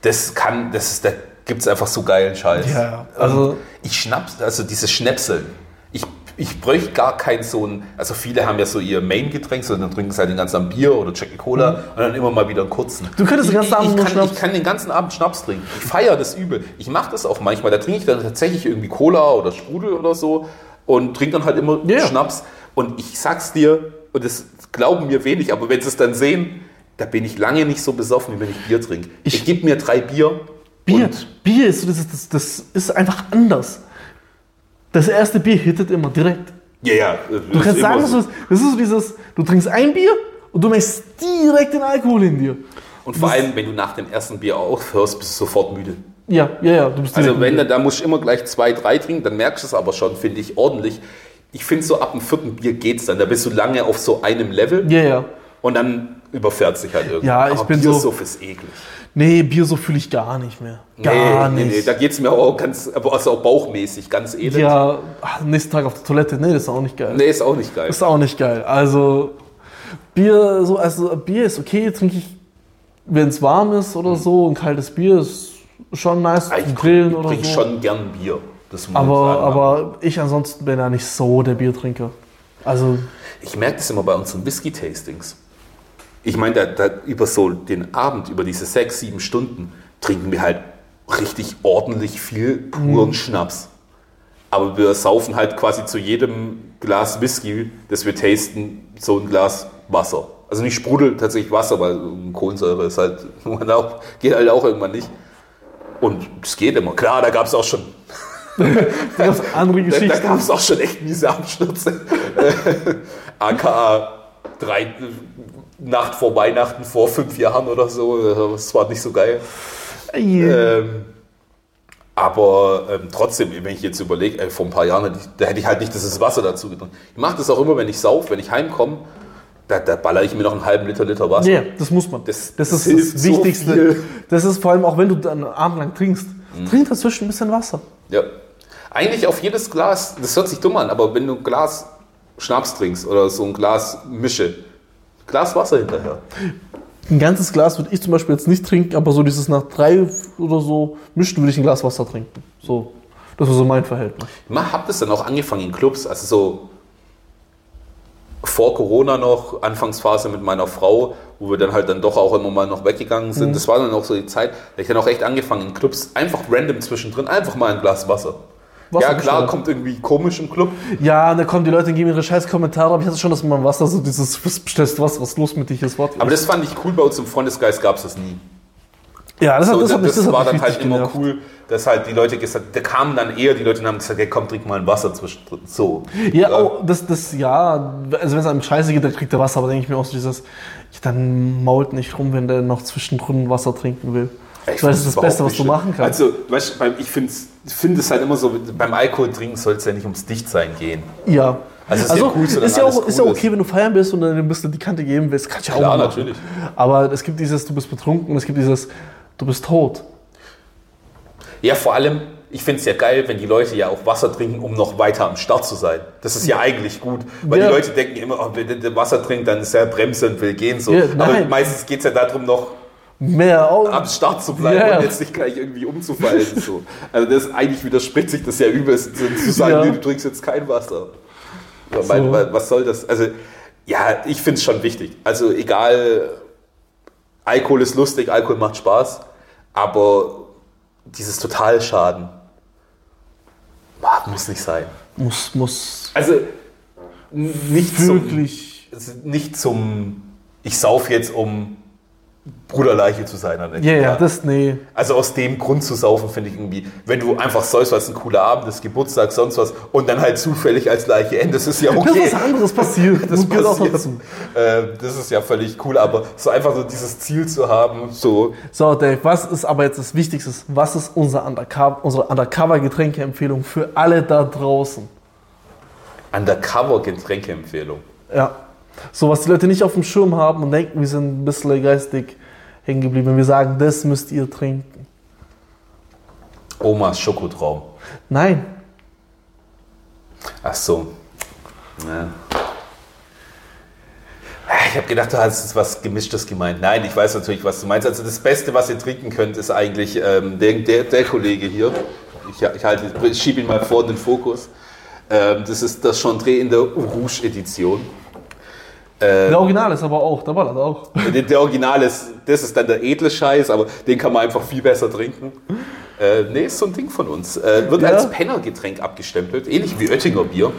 [SPEAKER 2] das kann, das ist, da gibt es einfach so geilen Scheiß.
[SPEAKER 1] Ja, ja. Also-
[SPEAKER 2] Und ich schnaps, also dieses Schnäpseln. Ich, ich bräuchte gar kein so ein, also viele haben ja so ihr Main-Getränk, sondern trinken es halt den ganzen Abend Bier oder Jackie Cola und dann immer mal wieder einen kurzen.
[SPEAKER 1] Mhm. Du könntest
[SPEAKER 2] ich,
[SPEAKER 1] den ganzen Abend
[SPEAKER 2] ich,
[SPEAKER 1] nur
[SPEAKER 2] ich kann,
[SPEAKER 1] Schnaps-
[SPEAKER 2] ich kann den ganzen Abend Schnaps trinken. Ich feiere das übel. Ich mache das auch manchmal. Da trinke ich dann tatsächlich irgendwie Cola oder Sprudel oder so und trinke dann halt immer
[SPEAKER 1] Ja, ja.
[SPEAKER 2] Schnaps. Und ich sag's dir, und das glauben mir wenig, aber wenn sie es dann sehen, da bin ich lange nicht so besoffen, wie wenn ich Bier trinke. Ich,
[SPEAKER 1] Ich-
[SPEAKER 2] gebe mir drei Bier.
[SPEAKER 1] Bier,
[SPEAKER 2] Und
[SPEAKER 1] Bier ist, so, das, ist- das, das ist einfach anders. Das erste Bier hittet immer direkt.
[SPEAKER 2] ja, ja. äh,
[SPEAKER 1] Du kannst sagen, das ist, das ist so dieses, du trinkst ein Bier und du merkst direkt den Alkohol in dir.
[SPEAKER 2] Und vor
[SPEAKER 1] das-
[SPEAKER 2] allem, wenn du nach dem ersten Bier aufhörst, bist du sofort müde.
[SPEAKER 1] Ja, ja, ja, du bist
[SPEAKER 2] Also
[SPEAKER 1] direkt
[SPEAKER 2] wenn,
[SPEAKER 1] mit
[SPEAKER 2] du- da musst du immer gleich zwei, drei trinken, dann merkst du es aber schon, finde ich, ordentlich. Ich finde so ab dem vierten Bier geht's dann. Da bist du lange auf so einem Level
[SPEAKER 1] dir. Ja, ja.
[SPEAKER 2] und dann überfährt sich halt irgendwie.
[SPEAKER 1] Ja, ich bin so-
[SPEAKER 2] so ist eklig.
[SPEAKER 1] Nee, Bier so fühle ich gar nicht mehr. Gar
[SPEAKER 2] nee,
[SPEAKER 1] nicht.
[SPEAKER 2] da geht's mir auch ganz, aber also auch bauchmäßig ganz elend.
[SPEAKER 1] ja, ach, nächsten Tag auf der Toilette, nee, das ist auch nicht geil.
[SPEAKER 2] Nee, ist auch nicht geil.
[SPEAKER 1] Ist auch nicht geil. Also Bier, so, also Bier ist okay, trinke ich, wenn es warm ist oder so. Ein kaltes Bier ist schon nice
[SPEAKER 2] Ja, Mhm. Ah, ich
[SPEAKER 1] zum Grillen oder
[SPEAKER 2] trinke
[SPEAKER 1] so.
[SPEAKER 2] schon gern Bier. Das ne? muss
[SPEAKER 1] aber,
[SPEAKER 2] ich sagen.
[SPEAKER 1] aber ich ansonsten bin ja nicht so der Biertrinker. Also,
[SPEAKER 2] Ich merke das immer bei unseren Whisky-Tastings. Ich meine, da, da über so den Abend, über diese sechs, sieben Stunden, trinken wir halt richtig ordentlich viel puren Schnaps. Aber wir saufen halt quasi zu jedem Glas Whisky, das wir tasten, so ein Glas Wasser. Also nicht Sprudel, tatsächlich Wasser, weil ähm, Kohlensäure ist halt, (laughs) man auch, geht halt auch irgendwann nicht. Und es geht immer. Klar, da gab es auch schon
[SPEAKER 1] da
[SPEAKER 2] (laughs)
[SPEAKER 1] gab's andere
[SPEAKER 2] da, da
[SPEAKER 1] Geschichten.
[SPEAKER 2] gab es auch schon echt miese (laughs) Abstürze. Äh, AKA drei, Nacht vor Weihnachten vor fünf Jahren oder so. Das war nicht so geil.
[SPEAKER 1] Ey,
[SPEAKER 2] Ähm, aber ähm, trotzdem, wenn ich jetzt überlege, äh, vor ein paar Jahren, hätte ich- da hätte ich halt nicht dieses Wasser dazu getrunken. Ich mache das auch immer, wenn ich sauf, wenn ich heimkomme, da, da baller ich mir noch einen halben Liter Liter Wasser.
[SPEAKER 1] Ja, das muss man.
[SPEAKER 2] Das-
[SPEAKER 1] Das,
[SPEAKER 2] das
[SPEAKER 1] ist
[SPEAKER 2] hilft
[SPEAKER 1] das
[SPEAKER 2] so
[SPEAKER 1] Wichtigste.
[SPEAKER 2] viel. Mhm.
[SPEAKER 1] das ist vor allem auch, wenn du dann abendlang trinkst. Trink dazwischen ein bisschen Wasser.
[SPEAKER 2] Ja. Eigentlich auf jedes Glas, das hört sich dumm an, aber wenn du ein Glas Schnaps trinkst oder so ein Glas Mische, Glas Wasser hinterher.
[SPEAKER 1] Ein ganzes Glas würde ich zum Beispiel jetzt nicht trinken, aber so dieses nach drei oder so mischen würde ich ein Glas Wasser trinken. So. Das war so mein Verhältnis.
[SPEAKER 2] Man hat das dann auch angefangen in Clubs, also so vor Corona noch, Anfangsphase mit meiner Frau, wo wir dann halt dann doch auch immer mal noch weggegangen
[SPEAKER 1] Mhm.
[SPEAKER 2] sind. Das war dann auch so die Zeit, da ich dann auch echt angefangen in Clubs, einfach random zwischendrin, einfach mal ein Glas Wasser.
[SPEAKER 1] Wasser
[SPEAKER 2] ja klar,
[SPEAKER 1] bestellt.
[SPEAKER 2] kommt irgendwie komisch im Club.
[SPEAKER 1] Ja, da kommen die Leute und geben ihre scheiß Kommentare, aber ich hatte schon, dass man Wasser so dieses was bestellst du Wasser, was ist los mit dich ist Wort.
[SPEAKER 2] Aber das fand ich cool, bei uns im Freundesgeist gab es das nie.
[SPEAKER 1] ja, das, hat,
[SPEAKER 2] So,
[SPEAKER 1] das,
[SPEAKER 2] das,
[SPEAKER 1] hat mich, das,
[SPEAKER 2] war
[SPEAKER 1] hat
[SPEAKER 2] dann
[SPEAKER 1] mich
[SPEAKER 2] halt
[SPEAKER 1] richtig
[SPEAKER 2] immer
[SPEAKER 1] genervt.
[SPEAKER 2] cool, dass halt die Leute gesagt, da kamen dann eher die Leute und haben gesagt, hey, komm, trink mal ein Wasser zwischendrin. So.
[SPEAKER 1] Ja,
[SPEAKER 2] Ja.
[SPEAKER 1] oh, das, das, ja, also wenn es einem scheiße geht, dann kriegt er Wasser, aber denke ich mir auch so dieses, ich dann mault nicht rum, wenn der noch zwischendrin Wasser trinken will.
[SPEAKER 2] Ich
[SPEAKER 1] weil
[SPEAKER 2] find
[SPEAKER 1] das ist das
[SPEAKER 2] überhaupt
[SPEAKER 1] Beste, was
[SPEAKER 2] nicht
[SPEAKER 1] du
[SPEAKER 2] schlimm.
[SPEAKER 1] machen kannst.
[SPEAKER 2] Also, weißt, du, ich finde find es halt immer so, beim Alkohol trinken soll es ja nicht ums Dichtsein gehen.
[SPEAKER 1] ja.
[SPEAKER 2] Also ist ja cool, so
[SPEAKER 1] ist,
[SPEAKER 2] dann
[SPEAKER 1] ja
[SPEAKER 2] alles
[SPEAKER 1] auch, ist ja
[SPEAKER 2] cool
[SPEAKER 1] okay,
[SPEAKER 2] ist.
[SPEAKER 1] wenn du feiern bist und dann ein bisschen die Kante geben willst, kannst du ja auch
[SPEAKER 2] Klar,
[SPEAKER 1] machen.
[SPEAKER 2] natürlich.
[SPEAKER 1] Aber es gibt dieses, du bist betrunken, es gibt dieses, du bist tot.
[SPEAKER 2] Ja, vor allem, ich finde es ja geil, wenn die Leute ja auch Wasser trinken, um noch weiter am Start zu sein. Das ist ja eigentlich gut, weil
[SPEAKER 1] Ja.
[SPEAKER 2] die Leute denken immer, oh, wenn der Wasser trinkt, dann ist er Bremse und will gehen. So.
[SPEAKER 1] Ja,
[SPEAKER 2] Aber
[SPEAKER 1] nein.
[SPEAKER 2] meistens geht es ja darum, noch
[SPEAKER 1] mehr auf.
[SPEAKER 2] am Start zu bleiben
[SPEAKER 1] Ja, ja.
[SPEAKER 2] und jetzt nicht gleich irgendwie umzufallen. So. Also das eigentlich widerspricht sich das ja übelst, zu zu sagen,
[SPEAKER 1] Ja.
[SPEAKER 2] nee, du trinkst jetzt kein Wasser. Aber mein,
[SPEAKER 1] So.
[SPEAKER 2] wa- Was soll das? Also ja, ich finde es schon wichtig. Also egal, Alkohol ist lustig, Alkohol macht Spaß, aber dieses Totalschaden ah, muss nicht sein.
[SPEAKER 1] Muss, muss
[SPEAKER 2] Also n- nicht zum,
[SPEAKER 1] wirklich.
[SPEAKER 2] es ist nicht zum ich sauf jetzt um Bruderleiche zu sein. an der
[SPEAKER 1] Ja, ja,
[SPEAKER 2] Kinder.
[SPEAKER 1] das, nee.
[SPEAKER 2] Also aus dem Grund zu saufen, finde ich irgendwie, wenn du einfach säufst, was ein cooler Abend ist, Geburtstag, sonst was, und dann halt zufällig als Leiche endest, ist ja okay.
[SPEAKER 1] Das ist was anderes passiert.
[SPEAKER 2] (laughs) Das
[SPEAKER 1] Und gehört auch
[SPEAKER 2] passiert.
[SPEAKER 1] dazu.
[SPEAKER 2] Äh, das ist ja völlig cool, aber so einfach so dieses Ziel zu haben, so,
[SPEAKER 1] So, Dave, was ist aber jetzt das Wichtigste? Was ist unser Undercover, unsere Undercover-Getränkeempfehlung für alle da draußen?
[SPEAKER 2] Undercover-Getränkeempfehlung.
[SPEAKER 1] Ja. So, was die Leute nicht auf dem Schirm haben und denken, wir sind ein bisschen geistig hängen geblieben. Wenn wir sagen, das müsst ihr trinken.
[SPEAKER 2] Omas Schokotraum.
[SPEAKER 1] Nein.
[SPEAKER 2] Ach so. Ja. Ah, Ich habe gedacht, du hast jetzt was Gemischtes gemeint. Nein, ich weiß natürlich, was du meinst. Also das Beste, was ihr trinken könnt, ist eigentlich ähm, der, der, der Kollege hier. Ich, ich, halte- ich schiebe ihn mal vor in den Fokus. Ähm, das ist das Chandré in der Rouge-Edition. Ähm,
[SPEAKER 1] Der Original ist aber auch, der ballert auch.
[SPEAKER 2] der, der Original ist, das ist dann der edle Scheiß, aber den kann man einfach viel besser trinken. Äh, nee, ist so ein Ding von uns. Äh, wird
[SPEAKER 1] Ja.
[SPEAKER 2] als Pennergetränk abgestempelt, ähnlich wie Oettinger Bier.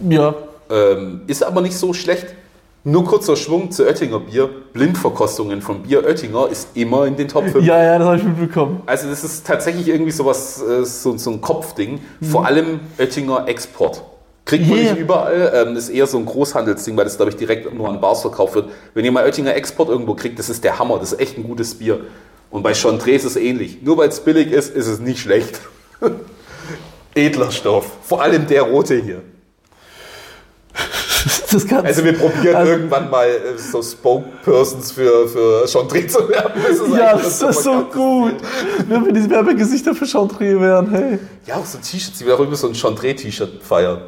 [SPEAKER 1] Ja.
[SPEAKER 2] Ähm, ist aber nicht so schlecht. Nur kurzer Schwung zu Oettinger Bier. Blindverkostungen von Bier Oettinger ist immer in den Top 5.
[SPEAKER 1] Ja, ja, das habe ich mitbekommen.
[SPEAKER 2] Also das ist tatsächlich irgendwie sowas, äh, so, so ein Kopfding. Vor allem Oettinger Export. Kriegt man
[SPEAKER 1] Yeah.
[SPEAKER 2] nicht überall, ähm, ist eher so ein Großhandelsding, weil das, glaube ich, direkt nur an Bars verkauft wird. Wenn ihr mal Oettinger Export irgendwo kriegt, das ist der Hammer, das ist echt ein gutes Bier. Und bei Chantre ist es ähnlich. Nur weil es billig ist, ist es nicht schlecht. (laughs) Edler Stoff. Vor allem der rote hier.
[SPEAKER 1] Das kann
[SPEAKER 2] Also wir probieren
[SPEAKER 1] Also-
[SPEAKER 2] irgendwann mal äh, so Spokespersons für, für Chantre zu werden. Das ist
[SPEAKER 1] Ja,
[SPEAKER 2] eigentlich
[SPEAKER 1] das ist so
[SPEAKER 2] Superkrass.
[SPEAKER 1] gut. Wenn wir diese Werbegesichter für Chantre wären, hey.
[SPEAKER 2] Ja, auch so T-Shirts, die wir auch immer so ein Chantre-T-Shirt feiern.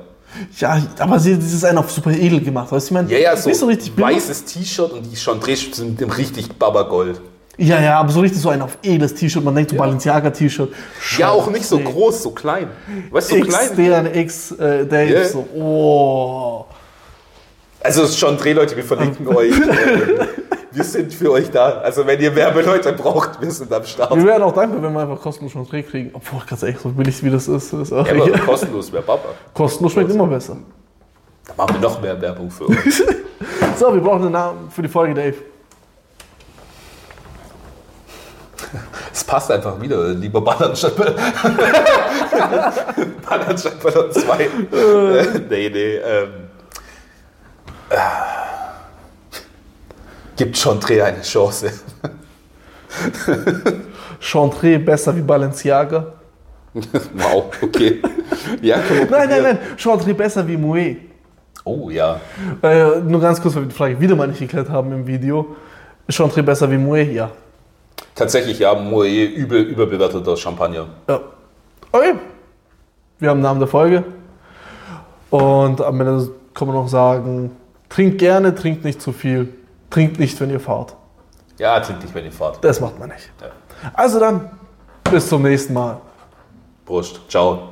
[SPEAKER 1] Ja, aber sie, das ist einen auf super edel gemacht, weißt du, ich meine,
[SPEAKER 2] Ja, ja, so,
[SPEAKER 1] nicht so richtig billig.
[SPEAKER 2] weißes T-Shirt und die Chandres sind dem richtig Babagold.
[SPEAKER 1] Ja, ja, aber so richtig so ein auf edles T-Shirt, man denkt so Balenciaga-T-Shirt.
[SPEAKER 2] Ja, auch nicht so
[SPEAKER 1] Nee.
[SPEAKER 2] groß, so klein. Weißt du, so
[SPEAKER 1] X,
[SPEAKER 2] klein.
[SPEAKER 1] deren X, äh, Dave,
[SPEAKER 2] Ja.
[SPEAKER 1] so, oh.
[SPEAKER 2] Also Chandre, Leute, wir verlinken
[SPEAKER 1] Ah. (laughs)
[SPEAKER 2] euch. Äh, wir sind für euch da. Also wenn ihr Werbeleute braucht, wir sind am Start.
[SPEAKER 1] Wir wären auch dankbar, wenn wir einfach kostenlos Chantre kriegen. Obwohl, ganz ehrlich, so billig wie das ist, ist auch
[SPEAKER 2] Ja, aber
[SPEAKER 1] egal.
[SPEAKER 2] kostenlos, wer Baba.
[SPEAKER 1] Kostenlos schmeckt immer besser.
[SPEAKER 2] Da machen wir noch mehr Werbung für euch.
[SPEAKER 1] So, wir brauchen einen Namen für die Folge, Dave.
[SPEAKER 2] Es passt einfach wieder. Lieber Ballern statt Ballern. (laughs) Ballern statt Ballern 2. Äh, nee, nee. Ähm, äh, gibt Chantre eine Chance.
[SPEAKER 1] Chantre besser wie Balenciaga.
[SPEAKER 2] (laughs) Wow, okay. Ja, können wir
[SPEAKER 1] Nein, nein,
[SPEAKER 2] probieren.
[SPEAKER 1] nein, Chantre besser wie Moe.
[SPEAKER 2] Oh ja.
[SPEAKER 1] Äh, nur ganz kurz, weil wir die Frage wieder mal nicht geklärt haben im Video. Ist Chantre besser wie Moe? Ja.
[SPEAKER 2] Tatsächlich, ja, Moe, übel, überbewerteter Champagner.
[SPEAKER 1] ja. Okay. Wir haben den Namen der Folge. Und am Ende kann man noch sagen, trinkt gerne, trinkt nicht zu viel. Trinkt nicht, wenn ihr fahrt.
[SPEAKER 2] Ja, trinkt nicht, wenn ihr fahrt.
[SPEAKER 1] Das macht man nicht.
[SPEAKER 2] Ja.
[SPEAKER 1] Also dann, bis zum nächsten Mal.
[SPEAKER 2] Prost. Ciao.